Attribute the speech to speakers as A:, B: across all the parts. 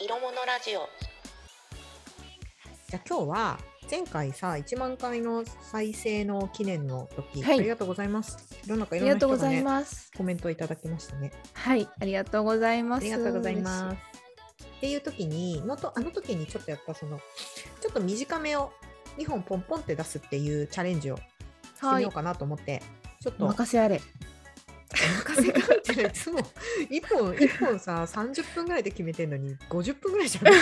A: 色物ラジオ
B: じゃあ今日は前回さ1万回の再生の記念の時、
C: はい
B: ありがとうございます。世の中
C: あ
B: い
C: り
B: ろんな人
C: がとうご
B: が
C: ざい
B: ね
C: ます。
B: コメントいただきましたね。
C: はい、ありがとうございま
B: あ
C: す。
B: りがとうございます。っていう時にのとあの時にちょっとやったそのちょっと短めを2本ポンポンって出すっていうチャレンジをして
C: す。は
B: み
C: い
B: よう、かなと思って、ちょっ
C: お
B: と
C: 任せあれ。
B: 任せかって いつも1本1本さ30分ぐらいで決めてんのに50分ぐらいじゃない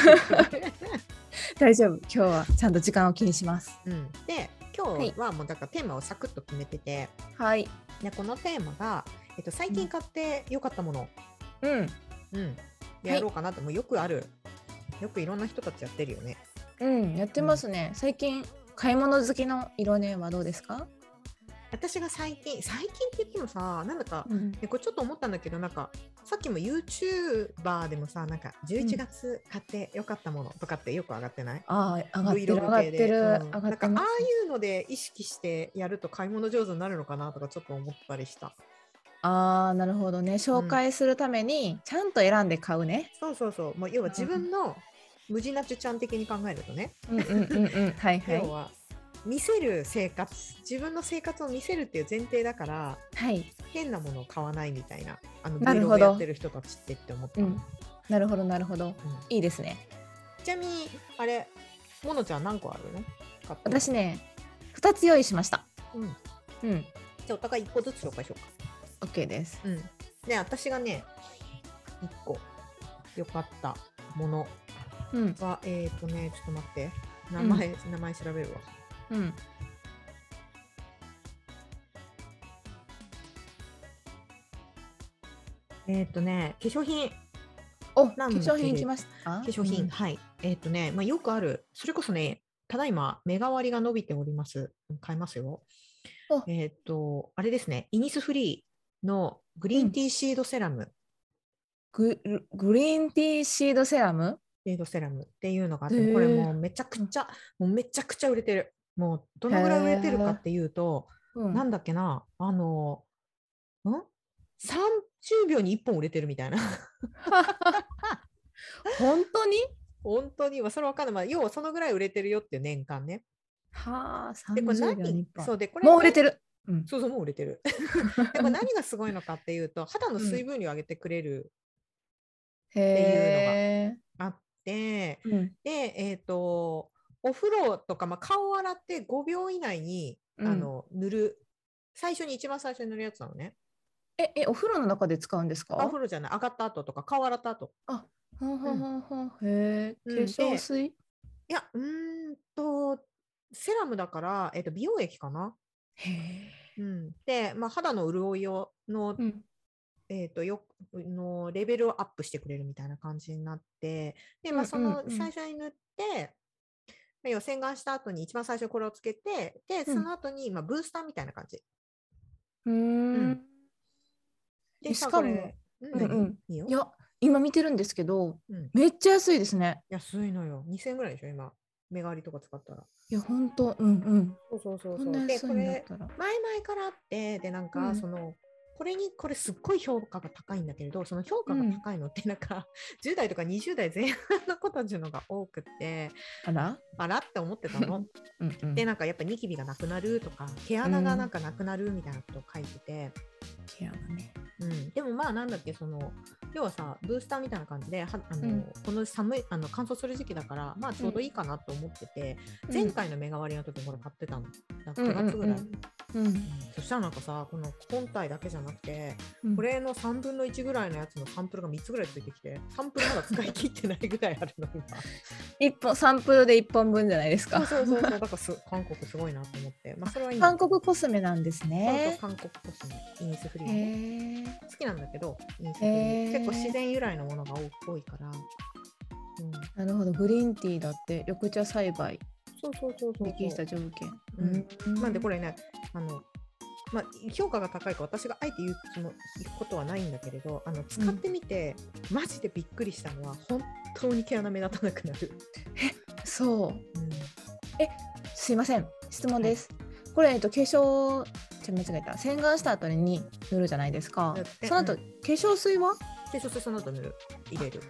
C: 大丈夫。今日はちゃんと時間を気にします。
B: うん、で今日はもうだからテーマをサクッと決めてて
C: はい。
B: でこのテーマが、えっと、最近買ってよかったもの、
C: うん。
B: うん、で
C: はい
B: やろうかなって、もうよくあるよくいろんな人たちやってるよね。
C: うん、やってますね。最近買い物好きの色ねはどうですか？
B: 私が最近最近って言ってもさなんだか、
C: うん。
B: ねこれちょっと思ったんだけどなんかさっきも YouTuber でもさなんか11月買ってよかったものとかってよく上がってない、
C: ああ、上がってる
B: Vlog
C: 上がって
B: 系
C: る、
B: でうん
C: 上がって
B: なんか
C: ま
B: ああ
C: す。
B: いうので意識してやると買い物上手になるのかなとかちょっと思ったりした
C: ああ、なるほどね。紹介するためにちゃんと選んで買うね。
B: そうそうそうもう要は自分の無地なちゅちゃん的に考えるとね、
C: うんうんうんうん。 はいは
B: 要
C: い。
B: は見せる生活自分の生活を見せるっていう前提だから
C: はい。
B: 変なものを買わないみたいなあの
C: なる
B: Vlog
C: ほど
B: をやってる人たちってって思った
C: う
B: の、
C: ん。なるほどなるほど。
B: うん
C: いいですね。
B: ちなみにあれものちゃん何個あるの買ったの
C: 私ね、二つ用意しました。
B: うん
C: うん。
B: じゃあお互い1個ずつ紹介しようか。
C: オッケーです。
B: うん、で私がね1個よかったもの
C: うん
B: はえっ、ー、とねちょっと待って名前、名前調べるわ。
C: うん。
B: えっ、ー、とね化粧品化
C: お、化
B: なんだっけ
C: 粧品来ました。
B: 粧品、
C: うん
B: はいえっ、ー、とね、まあ、よくあるそれこそねただいま目代わりが伸びております買いますよ
C: お。
B: えっ、ー、とあれですねイニスフリーのグリーンティーシードセラム、
C: グルグリーンティーシードセラム
B: シードセラムっていうのがあっ
C: へ
B: て
C: ー
B: これもうめちゃくちゃもうめちゃくちゃ売れてるもうどのぐらい売れてるかっていうと
C: う ん
B: なんだっけなあのん30秒に1本売れてるみたいな
C: 本当に
B: 本当にまあそれわかんない、まあ、要はそのぐらい売れてるよっていう年間ね
C: はあ、
B: でこれ
C: 30秒に
B: 何
C: 一本
B: そうでこれ
C: もう売れて
B: る
C: る。うん
B: そうそうもう売れてるでこれ何がすごいのかっていうと肌の水分量を上げてくれる、
C: へ
B: あって
C: え。うん
B: でえっ、とお風呂とか、まあ、顔を洗って5秒以内に、
C: うん
B: あの塗る最初に一番最初に塗るやつなのね
C: え、え、お風呂の中で使うんです
B: あお
C: か
B: 風呂じゃない上がった後とか顔洗った後
C: ほんほんほんほん。へえ。化
B: うん
C: 粧水
B: いやうーんとセラムだから、えっと美容液かな
C: へえ。
B: うん、で、まあ、肌の潤いをの,、
C: うん
B: えー、とよのレベルをアップしてくれるみたいな感じになってで、まあ、そ
C: うんうん
B: の
C: うん
B: 最初に塗って、まあ要は洗顔した後に一番最初これをつけてで
C: う
B: そ
C: ん
B: の後に、まあ、ブースターみたいな感じ。
C: うーん。
B: で
C: え
B: さ
C: しかも
B: これうん
C: うんうん
B: いいよ
C: いや、今見てるんですけど
B: うん、
C: めっちゃ安いですね。
B: 安いのよ2000円ぐらいでしょ今目代わりとか使ったら
C: いや、本当うんうん。
B: そうそうそう
C: こ
B: そ
C: ん
B: う
C: な
B: で
C: 安い
B: こ
C: んだっ
B: れ
C: たら。
B: 前々からあってでなん
C: う
B: か
C: ん
B: その、これにこれすっごい評価が高いんだけれどその評価が
C: うん
B: 高いのってなんか、10代とか20代前半の子たちのが多くて
C: あら
B: あらって思ってたの
C: うんうん
B: でなんかやっぱニキビがなくなるとか毛穴がなんかなくなるみたいなことを書いてて、
C: ケアはね。
B: うんでもまあなんだっけその要はさブースターみたいな感じではあの、
C: うん
B: この寒いあの乾燥する時期だからまあちょうどいいかなと思ってて、前回の目代わりの時これ買ってたの9月ぐらい。
C: うんうん
B: そしたらなんかさこの本体だけじゃなくて
C: うん
B: これの3分の1ぐらいのやつのサンプルが3つぐらいついてきてサンプルまだ使い切ってないぐらいあるの今
C: 一本サンプルで一本分じゃないですか。
B: そうそうそうだからす韓国すごいなと思ってまあそれはいいんだ
C: 韓国コスメなんですね。
B: そうそう韓国コスメイニスフリー
C: へ
B: ね
C: え。
B: 好きなんだけどイニスフリ
C: へ
B: ー
C: ー
B: 結構自然由来のものが多多いから、うん、
C: なるほど、グリーンティーだって緑茶栽培
B: そうそうそうそう
C: できした条件。
B: うんなんでこ
C: れ。
B: れねあのまあ、評価が高いか私があえて言うつも言うことはないんだけれどあの使ってみて、マジでびっくりしたのは本当に毛穴目立たなくなる、
C: そう。
B: うん
C: すいません、質問です。これ、えっと、化粧、ちょ間違えた、洗顔した後に塗るじゃないですか
B: 塗っ。て
C: その後、
B: うん
C: 化粧水は
B: でそしてその後塗る入れる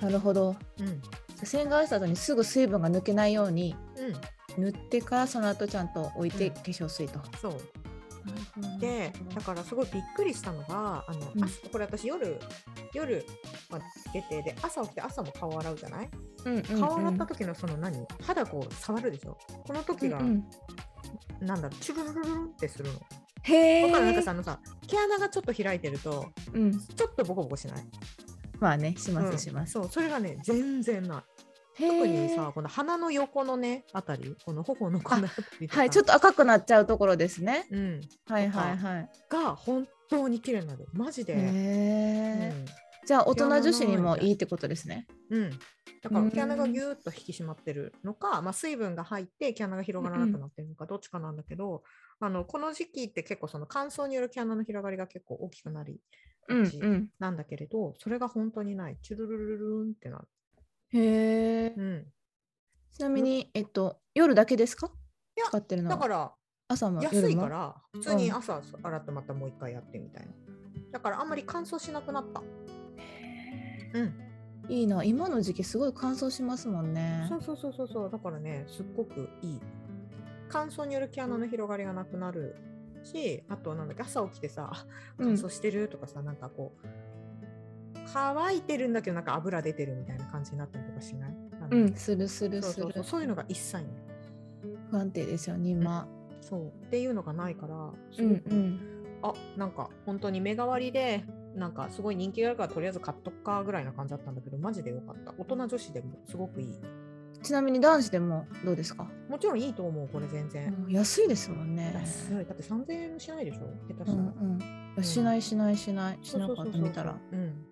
C: なるほど
B: うんうん
C: 洗顔した後にすぐ水分が抜けないように塗ってからその後ちゃんと置いて
B: うん
C: 化粧水と。
B: そうでだからすごいびっくりしたのがあの、
C: うん
B: 朝これ私夜夜、まあ、出てで朝起きて朝も顔洗うじゃない
C: うんうんうん
B: 顔洗った時のその何、肌こう触るでしょこの時が、
C: うんうん
B: なんだろうチュルルルルルンってするの。
C: へ
B: だ
C: え。
B: からなんかさあのさ毛穴がちょっと開いてると
C: うん、
B: ちょっとボコボコしない、
C: まあねしま
B: うん
C: すします。
B: そうそれがね全然ない特
C: 特
B: にさこの鼻の横のねあたりこの頬のこのあたり
C: はいちょっ
B: と
C: と赤くなっちゃうところですね。
B: か、うん、
C: はいはいはい。
B: が本当に綺麗になるマジで、
C: へえ、じゃあ大人女子にもいいってことですね。
B: うん、うん、だから
C: うん
B: 毛穴がギューッと引き締まってるのか、まあ、水分が入って毛穴が広がらなくなってるのかどっちかなんだけど、あのこの時期って結構その乾燥による毛穴の広がりが結構大きくなり
C: うん
B: うん
C: うん。
B: なんだけれどそれが本当にないチュルルルルルンってなる、
C: へえ。
B: うん、
C: ちなみにえっと夜だけですか
B: いや？
C: 使ってるの
B: だか
C: は
B: ら
C: 朝も
B: 安
C: 夜
B: い
C: も。
B: から普通に朝洗ってまたもう一回やってみたいなだからあんまり乾燥しなくなったうん
C: いいな今の時期すごい乾燥しますもんね
B: そ。うそうそうそうそうだからねすっごくいい乾燥による毛穴の広がりがなくなるしあとなんだっけ朝起きてさあ
C: う
B: 乾
C: ん
B: 燥してるとかさ、なんかこう乾いてるんだけどなんか油出てるみたいな感じになったりとかしないあの
C: うんするする
B: そう
C: す
B: そう
C: る
B: そうそういうのが一切ない
C: 不安定ですよね今。
B: そうっていうのがないからす
C: う
B: ご
C: ん
B: く
C: うん。
B: あなんか本当に目代わりでなんかすごい人気があるからとりあえず買っとくかぐらいな感じだったんだけどマジでよかった大人女子でもすごくいい
C: ちなみに男子でもどうですか？
B: もちろんいいと思うこれ全然、
C: うん安いですもんね。
B: 安いだって3000円もしないでしょ下手
C: う
B: した
C: ん
B: ら、
C: うん。しないしないしないしなかった見たら。
B: うん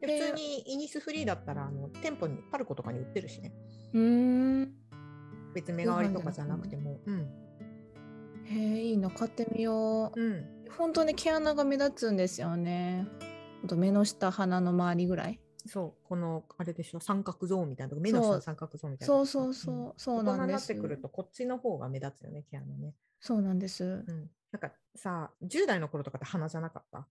B: で
C: で
B: 普通にイニスフリーだったらあの店舗にパルコとかに売ってるしね
C: うーん。
B: 別に目代わりとかじゃなくてもうん
C: へえいいな買ってみよう。
B: うん
C: 本当に毛穴が目立つんですよね。あと目の下鼻の周りぐらい。
B: そうこのあれでしょ三角ゾーンみたいなとこ目の下の三角ゾーンみたいな
C: そうそうそう、そ
B: 大
C: うな
B: 人
C: ん
B: に
C: で
B: なっ
C: す
B: て。くるとこっちの方が目立つよね毛穴ね
C: そうなんです。
B: うんなんかさ10代の頃とかって鼻じゃなかった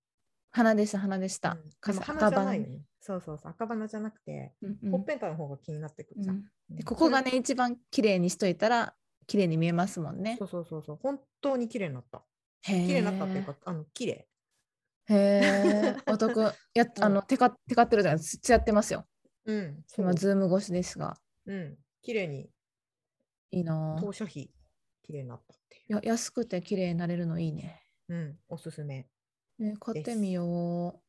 C: 鼻です鼻でし
B: う
C: た
B: ん。
C: か
B: でも
C: さ
B: 鼻じゃ
C: 赤
B: な
C: 鼻
B: いよねそうそうそう赤鼻じゃなくて、
C: うん
B: ほっぺたの方が気になってく
C: う
B: る
C: ん
B: じ
C: う
B: ゃん、
C: ん
B: うん
C: でここがね一番綺麗にしといたら綺麗に見えますもんね
B: そ。うそうそうそう本当に綺麗になった
C: 綺
B: 綺麗になったっていうか。あの綺麗
C: へえお得やっ
B: うん
C: あのテカテカってるじゃないですか。つやってますよ。
B: うんそう
C: 今ズーム越しですが
B: うん綺麗に
C: いいなあ。
B: 投射費綺麗になったってい
C: いや安くて綺麗になれるのいいね。
B: ううんおすすめ
C: ね買ってみよう。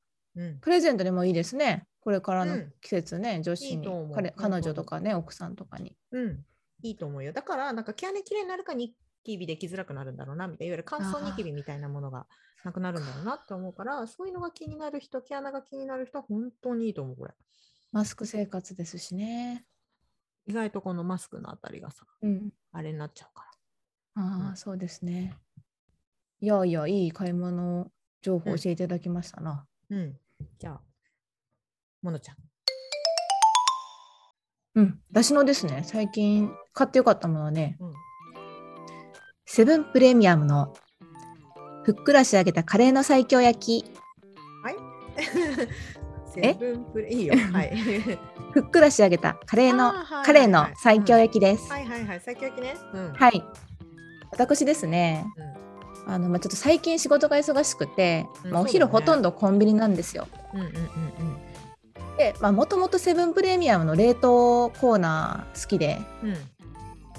B: うん
C: プレゼントでもいいですね。これからの
B: うん
C: 季節ね、女子に
B: いいと思う
C: 彼彼
B: 本当
C: 女
B: に
C: とかね、奥さんとかに。
B: うんいいと思うよだからなんか毛穴綺麗になるかニキビできづらくなるんだろうなみたいないわゆる乾燥ニキビみたいなものがなくなるんだろうなって思うからそういうのが気になる人毛穴が気になる人は本当にいいと思うこれ
C: マスク生活ですしね。
B: 意外とこのマスクのあたりがさ
C: うん。
B: あれになっちゃうから
C: ああ、
B: うん
C: そうですね。いやいや、いい買い物情報
B: う
C: を
B: ん
C: 教えていただきましたな。
B: うん。じゃあ、ものちゃん。
C: うん。私のですね、最近買ってよかったものはね、
B: うん。
C: セブンプレミアムのふっくら仕上げたカレーの最強焼き。
B: セブンプレいいよ。 はい。
C: ふっくら仕上げたカレーの、
B: あーはい
C: カレー
B: はい
C: の
B: はい
C: 最強焼きです。
B: はいはいはい。先行きね。うん。
C: はい。私ですね、あのまあ、ちょっと最近仕事が忙しくて、
B: うん
C: まあ、お
B: そうだ
C: 昼
B: ね
C: ほとんどコンビニなんですよ。
B: うんうんうん
C: でもともとセブンプレミアムの冷凍コーナー好きで
B: うんうん。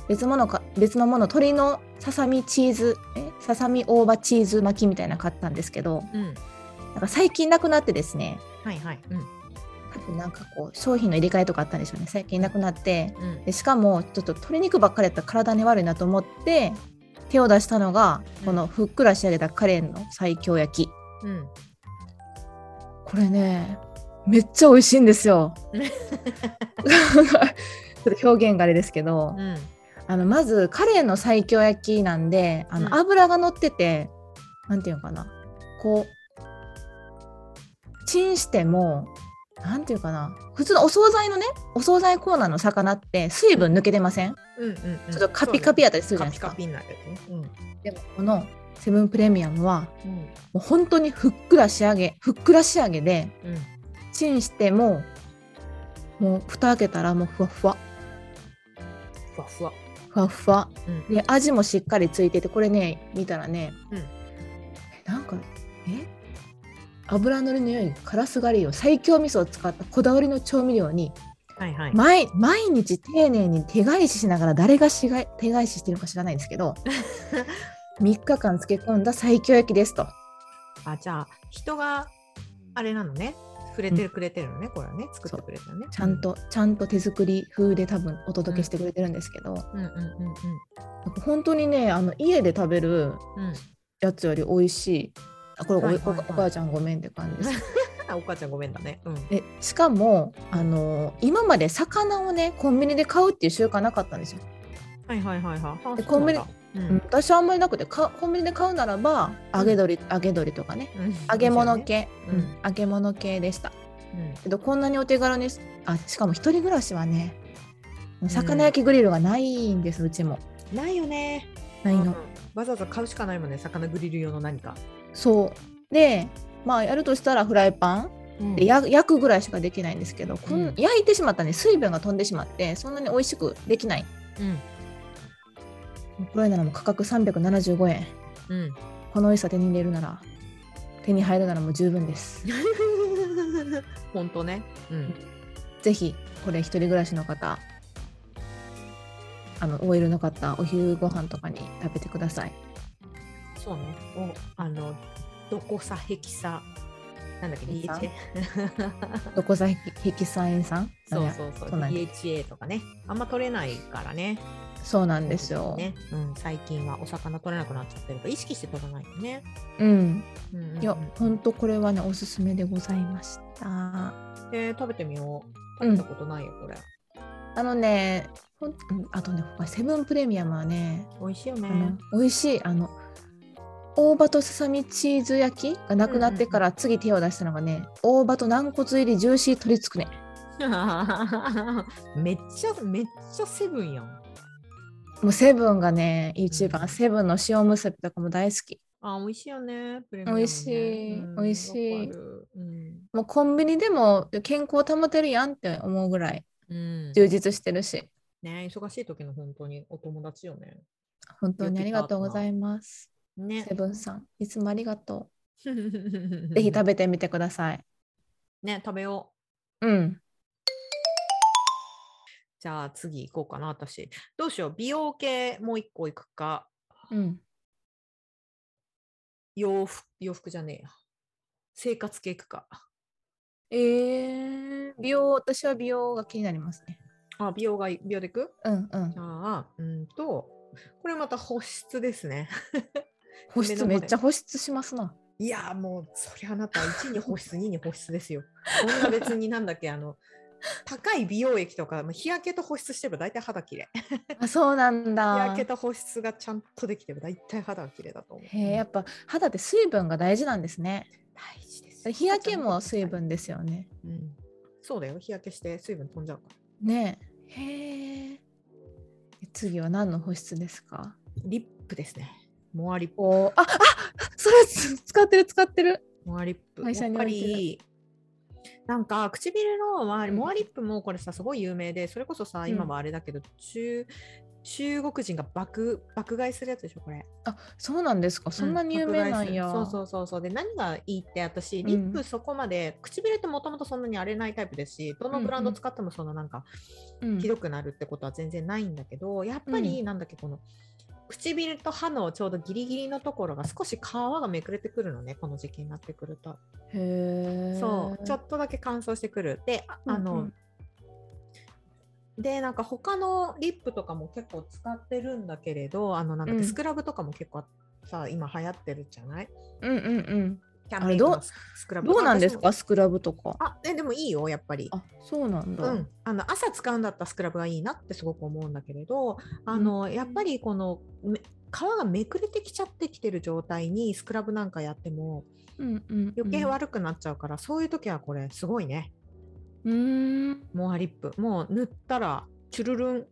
C: 別物か別のもの鶏のささみチーズえささみ大葉チーズ巻きみたいなの買ったんですけど
B: うんうん。
C: なんか最近なくなってですね
B: はいはい。うん
C: 多分なんかこう商品の入れ替えとかあったんでしょうね最近なくなって
B: うん
C: でしかもちょっと鶏肉ばっかりやったら体に悪いなと思って手を出したのがこのふっくら仕上げたカレーの最強焼き。
B: うん。
C: これねめっ ちゃ美味しいんですよ。ちょっと表現があれですけど、
B: うん。
C: あのまずカレーの最強焼きなんであ
B: うん
C: の油が乗ってて、なんていうのかなこうチンしてもなんていうかな普通のお惣菜のねお惣菜コーナーの魚って水分抜けてません、
B: うんうんうん。
C: ちょっとカピカピやったりするじゃ
B: カ
C: ない
B: ピ
C: ですか。
B: カピになるやつね。
C: でもこのセブンプレミアムは
B: うん。
C: もう本当にふっくら仕上げふっくら仕上げで
B: うん。
C: チンしてももう蓋開けたらもうふわふわ
B: ふわふわ。
C: ふわふわ
B: うん。
C: で味もしっかりついててこれね見たらね、
B: うん
C: えなんかえ油のりのようにカラス狩りを最強味噌を使ったこだわりの調味料に
B: はいはい。
C: 毎毎日丁寧に手返ししながら誰がしが手返ししてるのか知らないんです けど3日間漬け込んだ最強焼きですと
B: あ、じゃあ、人が、あれなのね。触れてくれてるのね、これはね。作ってくれたね。
C: ちゃん。とちゃんと手作り風で多分お届けしてくれてるんですけ
B: う
C: ど、
B: んうんうんうん。
C: なんか本当にねあの家で食べる
B: うん、
C: やつより美味しいあこれお,、
B: はいはいはい
C: お母ちゃんごめんって感じです
B: あお母ちゃんごめんだね。うん、
C: でしかもあの今まで魚をねコンビニで買うっていう習慣なかったんですよ
B: はいはいはいはいあ。
C: で
B: そうなんだ
C: うん私はあんまりなくてかコンビニで買うならば揚げ鶏、揚げ鶏とかね
B: うん、
C: 揚げ物
B: 系。
C: 系、
B: うん
C: うん揚げ物系でした
B: うん
C: けどこんなにお手軽にあしかも一人暮らしはね魚焼きグリルがないんです、うちも
B: ないよね、
C: ないの、
B: うんわざわざ買うしかないもんね、魚グリル用の何か。
C: そうでまあやるとしたらフライパン
B: うん
C: で焼焼くぐらいしかできないんですけど、こ
B: うん
C: ん焼いてしまったらね水分が飛んでしまってそんなに美味しくできない
B: うん
C: これならもう価格375円
B: うん、
C: この美味しさ手に入れるなら手に入るならもう十分です
B: 本当ね。うん、
C: ぜひこれ一人暮らしの方あの OL の方お昼ご飯とかに食べてください
B: そうね。おあの、どこさ、ヘキサ、なんだっけ、
C: ヘキサ
B: DHA。
C: どこさヘキサエン酸
B: そう
C: う
B: そうそう、
C: そうなんで
B: DHA とかね、あんま取れないからね。
C: そうなんですよ
B: ねうん、最近はお魚取れなくなっちゃってるから、意識して取らないとね。
C: うん
B: うんうんうん
C: いやほんとこれはねおすすめでございました
B: えー食べてみよう。食
C: うん
B: べたことないよ、これ。
C: あのねほんうんあとね他セブンプレミアムはね
B: 美味しいよ
C: あ
B: ね。
C: の美味しいあの大葉とささみチーズ焼きがなくなってから次手を出したのがね大葉と軟骨入りジューシー鶏つくね
B: めっちゃめっちゃセブンやん。
C: もうセブンがね一番セブンの塩むすびとかも大好き
B: あ美味しいよね。プレミアムね
C: 美味しい
B: うん
C: 美味し
B: わ
C: い
B: かるうん
C: もうコンビニでも健康保てるやんって思うぐらい
B: うん
C: 充実してるし
B: ね忙しい時の本当にお友達よね。
C: 本当にありがとうございます
B: ね
C: セ。ブンさんいつもありがと
B: ぜ
C: うぜひ
B: ひ
C: 食べてみてください
B: ね食べよう。
C: うん
B: じゃあ次行こうかな私。どうしよう美容系もう一個行くか
C: うん
B: 洋服洋服じゃねえや生活系行くか。
C: えー、美容私は美容が気になりますね
B: あ美容がいい美容で行く？
C: うんうん
B: じゃあうんとこれまた保湿ですね。
C: 保湿めっちゃ保湿します ない
B: やーもうそりゃあなた1に保湿2に保湿ですよ。こんな別になんだっけあの高い美容液とかまあ日焼けと保湿してれば大体肌綺麗。
C: あそうなん
B: 日
C: だ
B: 焼けと保湿がちゃんとできてれば大体肌は綺麗だと思う。
C: へえやっぱ肌って水分が大事なんですね
B: 大事ですよ。
C: 日焼けも水分ですよね
B: うん。そうだよ日焼けして水分飛んじゃうから。
C: ねえへえ次は何の保湿ですか
B: リップですね。モアリップ。
C: おーああそれつ使ってる使ってる
B: モアリップ。
C: 会社
B: やっ
C: に
B: ぱ
C: 置いてる
B: りなんか唇の周り、
C: うん
B: モアリップもこれさ、すごい有名で、それこそさ、
C: ん
B: 今はあれだけど、中中国人が爆爆買いするやつでしょ、これ。
C: あそうなんですかそんなに有名なんや、
B: うん爆買いするそうそうそうそうで何がいいって私
C: ん
B: リップそこまで、唇ってもともとそんなに荒れないタイプですしどのブランド使ってもそのなんか
C: うん
B: ひどくなるってことは全然ないんだけど、やっぱりなんだっけこの唇と歯のちょうどギリギリのところが少し皮がめくれてくるのねこの時期になってくると、
C: へえ
B: そうちょっとだけ乾燥してくるでああの、
C: うんうん
B: でなんか他のリップとかも結構使ってるんだけれどあのなんだっけ、
C: うん
B: スクラブとかも結構さ今流行ってるじゃない
C: うんうんうん
B: キャンペ
C: あ
B: ー
C: れ
B: ン
C: どう
B: のススクラブ
C: どうなんで
B: 私
C: す
B: も
C: かスクラブとか
B: あえでもいいよやっぱり。
C: あそうなんだ、
B: うん、あの朝使うんだったらスクラブがいいなってすごく思うんだけれどあの、やっぱりこのめ皮がめくれてきちゃってきてる状態にスクラブなんかやっても
C: うんうん
B: 余計悪くなっちゃうから、そういう時はこれすごいね
C: うんうーん
B: モアリップもう塗ったらチュルルン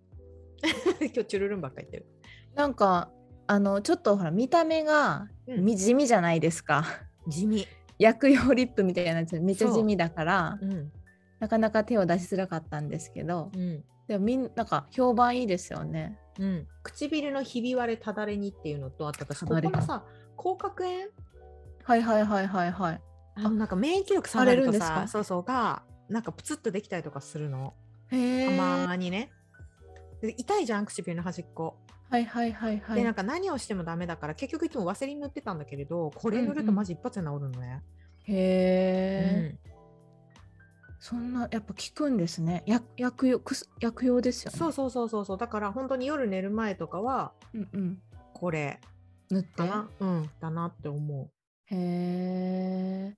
B: 今日チュルルンばっかり言ってる
C: なんかあのちょっとほら見た目が
B: うん
C: み地味じゃないですか、
B: 地味、
C: 薬用リップみたいなやつめっちゃ地味だから
B: うん、
C: なかなか手を出しづらかったんですけど、
B: うん
C: でもみんなんか評判いいですよね。
B: うん、唇のひび割れただれにっていうのとあと私
C: た
B: ここ
C: だれ
B: のさ口角炎
C: はいはいはいはいはい。
B: あのなんか免疫力下
C: さ
B: が
C: れ
B: る
C: る
B: と
C: んです
B: さ
C: か
B: そうそうがなんかプツッとできたりとかするの
C: へえ。
B: たまにねで痛いじゃん唇の端っこ、
C: はいはいはいはい。
B: でなんか何をしてもダメだから結局いつもワセリン塗ってたんだけれどこれ塗る
C: うん
B: と
C: うん
B: マジ一発で治るのね、
C: へ
B: う
C: え、
B: ん
C: そんなやっぱ効くんですね。薬薬用薬薬用ですよね。
B: そうそうそうそうそうだから本当に夜寝る前とかは
C: うんうん。
B: これ
C: 塗って
B: か。な、うん、だなって思う
C: へえ。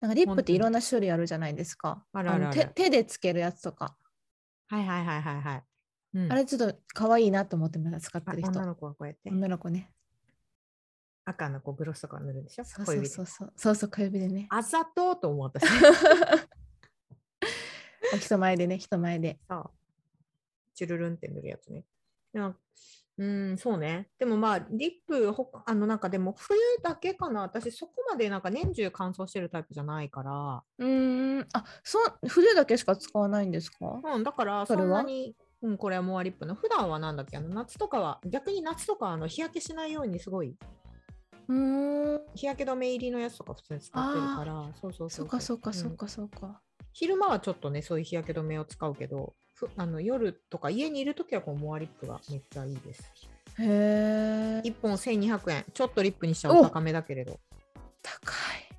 C: なんかリップっていろんな種類あるじゃないですか。
B: あるあるある
C: の手手でつけるやつとか、
B: はいはいはいはいはい、うん、
C: あれちょっと可愛いなと思ってまだ使って
B: あ
C: る人。
B: 女の子はこうやって
C: 女の子ね。
B: 赤のこうグロスとか塗るでしょ
C: そう
B: 小
C: そう
B: 指で
C: そうそう。そうそう小指でね。
B: あざとと思う 私
C: お人前でね人前で。
B: さチュルルンって塗るやつね。いやうん、そうね。でもまあ、リップ、ほかあの、なんかでも、冬だけかな。私、そこまでなんか年中乾燥してるタイプじゃないから。
C: うーん。あそう冬だけしか使わないんですか。
B: うん、だから、そ
C: それ
B: ん
C: は
B: なに、うん、これはモアリップの。普段はなんだっけ、あの、夏とかは、逆に夏とかはあの日焼けしないように、すごい、
C: うーん。
B: 日焼け止め入りのやつとか普通に使ってるから、そうそう
C: そ
B: そう
C: かそうかそ
B: ん
C: うかそうか。
B: 昼間はちょっとね、そういう日焼け止めを使うけど、ふあの夜とか家にいるときはこうモアリップがめっちゃいいです。
C: へえ
B: 1。本1200円。ちょっとリップにしちゃう
C: お
B: 高めだけれど。
C: 高い。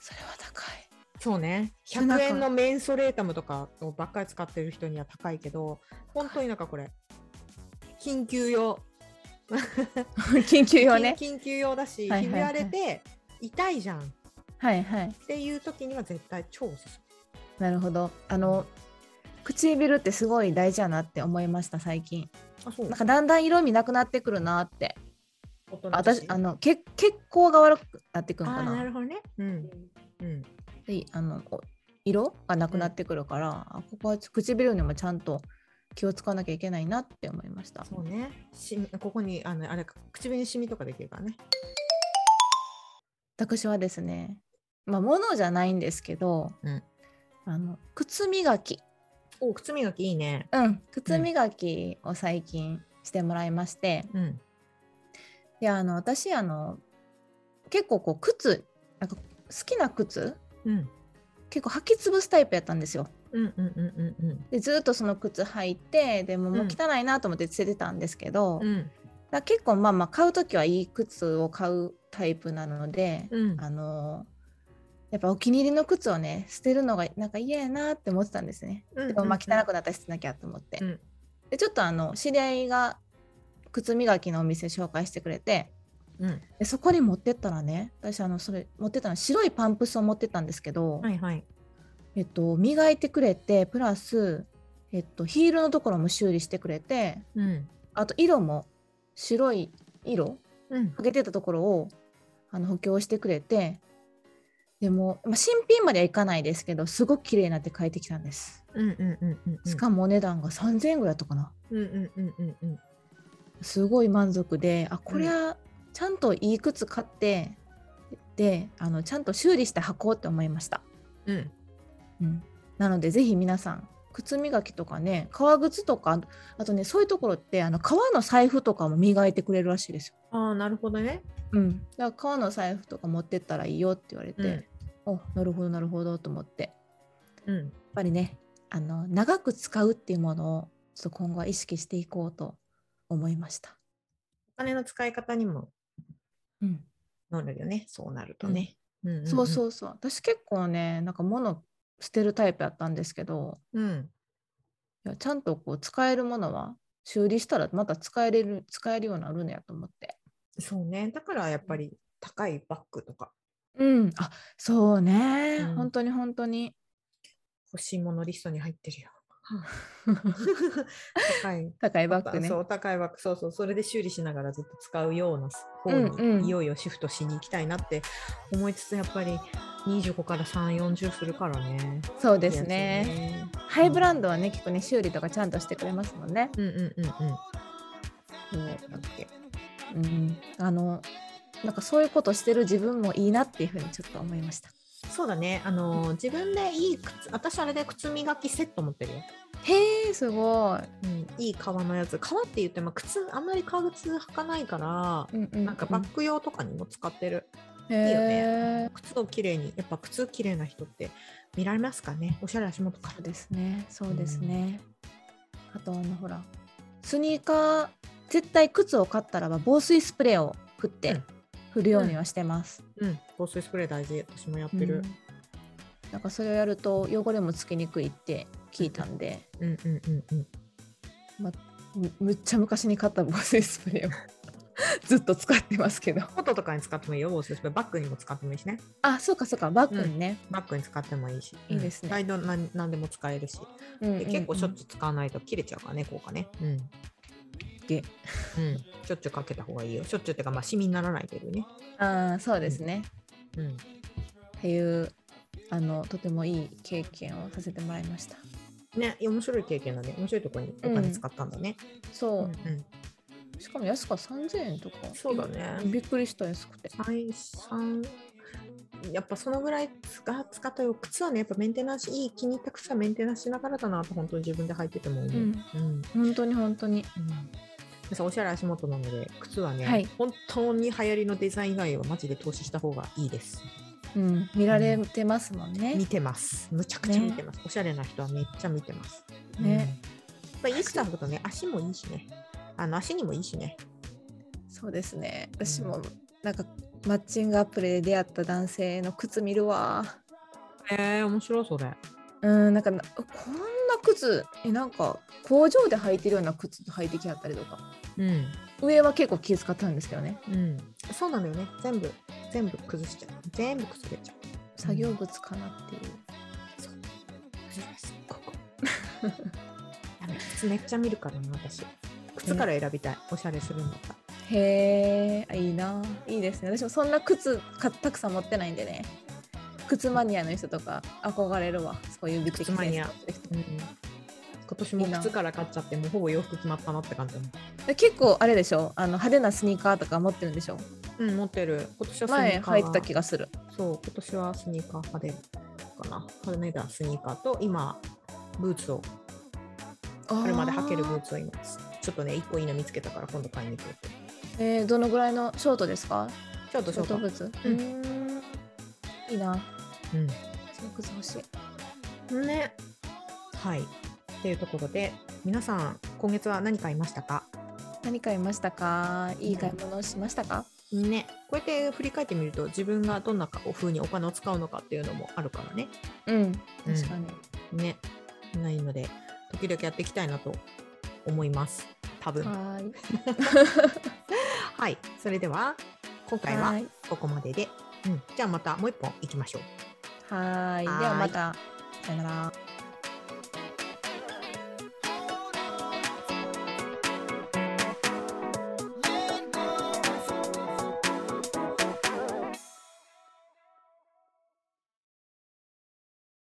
C: それは高い。
B: そうね。
C: 少な
B: 100
C: く
B: 円のメンソレータムとかをばっかり使ってる人には高いけど、本当になんかこれ、緊急用。
C: 緊急用ね。
B: 緊緊急用だし、
C: はいはいはい
B: ひび割れて痛いじゃんっ
C: はいはい。
B: ていう時には絶対超おすす
C: なるほど。あの唇ってすごい大事やなって思いました最近。
B: め。あ、そう。
C: なんかだんだん色味なくなってくるなって。
B: 大人だし
C: 私あの血血行が悪くなってくる
B: あ
C: のか
B: ー、な
C: な。
B: るほどね。うん。うん。
C: であのお色がなくなってくるから、あここは唇にもちゃんと気を使わなきゃいけないなって思いました。
B: そうね。しみここに、あの、あれか、唇にシミとかできるからね。
C: 私はですね、まあ物じゃないんですけど、
B: うん
C: あの靴磨き、
B: お、靴磨きいいね。
C: うん、靴磨きを最近してもらいまして、
B: うん。
C: であの私あの結構こう靴なんか好きな靴
B: うん。
C: 結構履き潰すタイプやったんですよ。
B: うんうんうんうんうん。
C: でずーっとその靴履いてでも
B: う
C: もうん汚いなと思って捨ててたんですけど、
B: うん
C: だから結構まあまあ買う時はいい靴を買うタイプなので、
B: うん
C: あのやっぱお気に入りの靴をね捨てるのがなんか嫌やなって思ってたんですね。
B: うん
C: でもまあ
B: うんうん
C: 汚くなったら捨てなきゃと思って、
B: うん
C: でちょっとあの知り合いが靴磨きのお店紹介してくれて
B: うん
C: でそこに持ってったらね私あのそれ持ってったの白いパンプスを持ってったんですけど、
B: はいはい。
C: えっと、磨いてくれてプラス、えっと、ヒールのところも修理してくれて
B: うん。
C: あと色も白い色
B: うん。
C: かけてたところをあの補強してくれてでも、まあ、新品まではいかないですけどすごく綺麗になって帰ってきたんです
B: うんうんうんうんうん。
C: しかもお値段が3000円ぐらいだったかな
B: うんうんうんうんうん。
C: すごい満足であこれはちゃんといい靴買ってであのちゃんと修理して履こうって思いました、
B: うん。
C: うん、なのでぜひ皆さん靴磨きとかね革靴とかあとねそういうところってあの革の財布とかも磨いてくれるらしいですよ、
B: ああ、なるほどね。
C: うん、だから革の財布とか持ってったらいいよって言われ
B: うん
C: て、おなるほどなるほどと思ってやっ
B: うん。
C: ぱりねあの長く使うっていうものをちょっと今後は意識していこうと思いました、
B: お金の使い方にも
C: うん、
B: なるよね。そうなるとね。うんうんうん
C: そうそうそう私結構ねなんか物捨てるタイプやったんですけど
B: うん。
C: いやちゃんとこう使えるものは修理したらまた使えれる使えるようになるんやと思って
B: そうね。だからやっぱり高いバッグとか
C: うんあそうね、
B: うん
C: 本当に本当に
B: 欲しいものリストに入ってるよ。高い。
C: 高いバッグね
B: そう、高いバッグ。そうそう。それで修理しながらずっと使うような方
C: うんうん
B: にいよいよシフトしに行きたいなって思いつつ、やっぱり25から3、40するからね。
C: そうですね
B: 安いね
C: ハイブランドはね結構ね修理とかちゃんとしてくれますもんね
B: うんうんうんうん。
C: うん、
B: だっけ
C: うん、あのなんかそういうことしてる自分もいいなっていうふうにちょっと思いました
B: そうだね。あのー自分でいい靴、私あれで靴磨きセット持ってるよ。
C: へえすごい。
B: うん、いい革のやつ。革って言っても靴、あんまり革靴履かないから、
C: うんうんうん
B: なんかバッグ用とかにも使ってる。
C: いい
B: いいよね靴をきれいに、やっぱ靴きれいな人って見られますかね。おしゃれ足元か
C: そ
B: ら
C: う。ですね、そうですね。あとあのほら、スニーカー絶対靴を買ったらば防水スプレーを振っ
B: う
C: て
B: ん
C: 振るようにはしてます。
B: うん、防水スプレー大事。私もやってる。
C: うんなんかそれをやると汚れもつきにくいって聞いたんで、
B: うん、うん、うん、うん。
C: むむっちゃ昔に買った防水スプレーを ずっと使ってますけど。
B: 外とかに使ってもいいよ、防水スプレー。バッグにも使ってもいいしね。
C: あ、そうかそうか、バッグにね。
B: バッグに使ってもいいし。
C: いいですね
B: うん、ライドなん何でも使えるし。
C: うんうんう
B: で
C: ん
B: 結構しょっちゅう使わないと切れちゃうからね、効果ね。うん。
C: で
B: うん。しょっちゅうかけた方がいいよ。しょっちゅうっていうか、まあ、シミにならないけどね。
C: あーそうですね。
B: うん。
C: っていうあのとてもいい経験をさせてもらいました。
B: ね、面白い経験だね。面白いとこにお金使ったんだね。
C: そう、
B: ん。
C: しかも安か3000円とか
B: そうだね
C: びっくりした安くて
B: 三三やっぱそのぐらい使使ったよ。靴はね、やっぱメンテナンス、いい気に入った靴はメンテナンスしながらだなと、本当に自分で履いてても思う。
C: う
B: うんん。
C: 本当に本当に
B: うんさおしゃれ足元なので靴はね、
C: はい
B: 本当に流行りのデザイン以外はマジで投資した方がいいです。
C: うん見られてますもんね、
B: 見てます。むちゃくちゃ見てます。おしゃれな人はめっちゃ見てます。
C: ね
B: うん。まあ、ゆきさんのことね、足もいいしね。あの足にもいいしね。
C: そうですね私もなんかマッチングアプリで出会った男性の靴見るわ
B: えー、面白いそれ。
C: うんなんかなこんな靴えなんか工場で履いてるような靴履いてきはったりとか
B: うん。
C: 上は結構気遣ったんですけどね
B: うん。そうなのよね。全部、全部崩しちゃう。全部崩れちゃう。
C: 作業靴かなっていう、
B: こ こ。ダメ靴めっちゃ見るからな、私。靴から選びたい。おしゃれするんだったら。
C: へえいいないいですね私もそんな靴かたくさん持ってないんでね靴マニアの人とか憧れるわそういう美的センス持ってる人
B: うん。今年も
C: いいな
B: 靴から買っちゃって、もうほぼ洋服決まったなって感じだもん。
C: で結構あれでしょあの派手なスニーカーとか持ってるんでしょ
B: うん、持ってる。今年はスニ
C: 前
B: ーカー
C: 履いてた気がする
B: そう、今年はスニーカー派手かな。派手なスニーカーと、今、ブーツを、
C: あ
B: 車で履けるブーツを今、ちょっとね、一個いいの見つけたから、今度買いに行く。
C: ーえーどのぐらいのショートですか
B: ちょっと
C: シ
B: ショ
C: ョー
B: ート
C: トブーツ
B: うん
C: んいいな
B: う
C: その靴欲しい
B: ん。ね。はい。っていうところで、皆さん、今月は何買いましたか
C: 何買いましたかいい買い物をしましたか、
B: ね。こうやって振り返ってみると、自分がどんな風にお金を使うのかっていうのもあるからね。
C: うん確かに、
B: ね。ないので、時々やっていきたいなと思います。多分。
C: はーい
B: はい、それでは今回
C: は
B: は
C: ーい
B: ここまでで、うん、じゃあまたもう一本いきましょう。
C: はーいで
B: はーい
C: はまたさよなら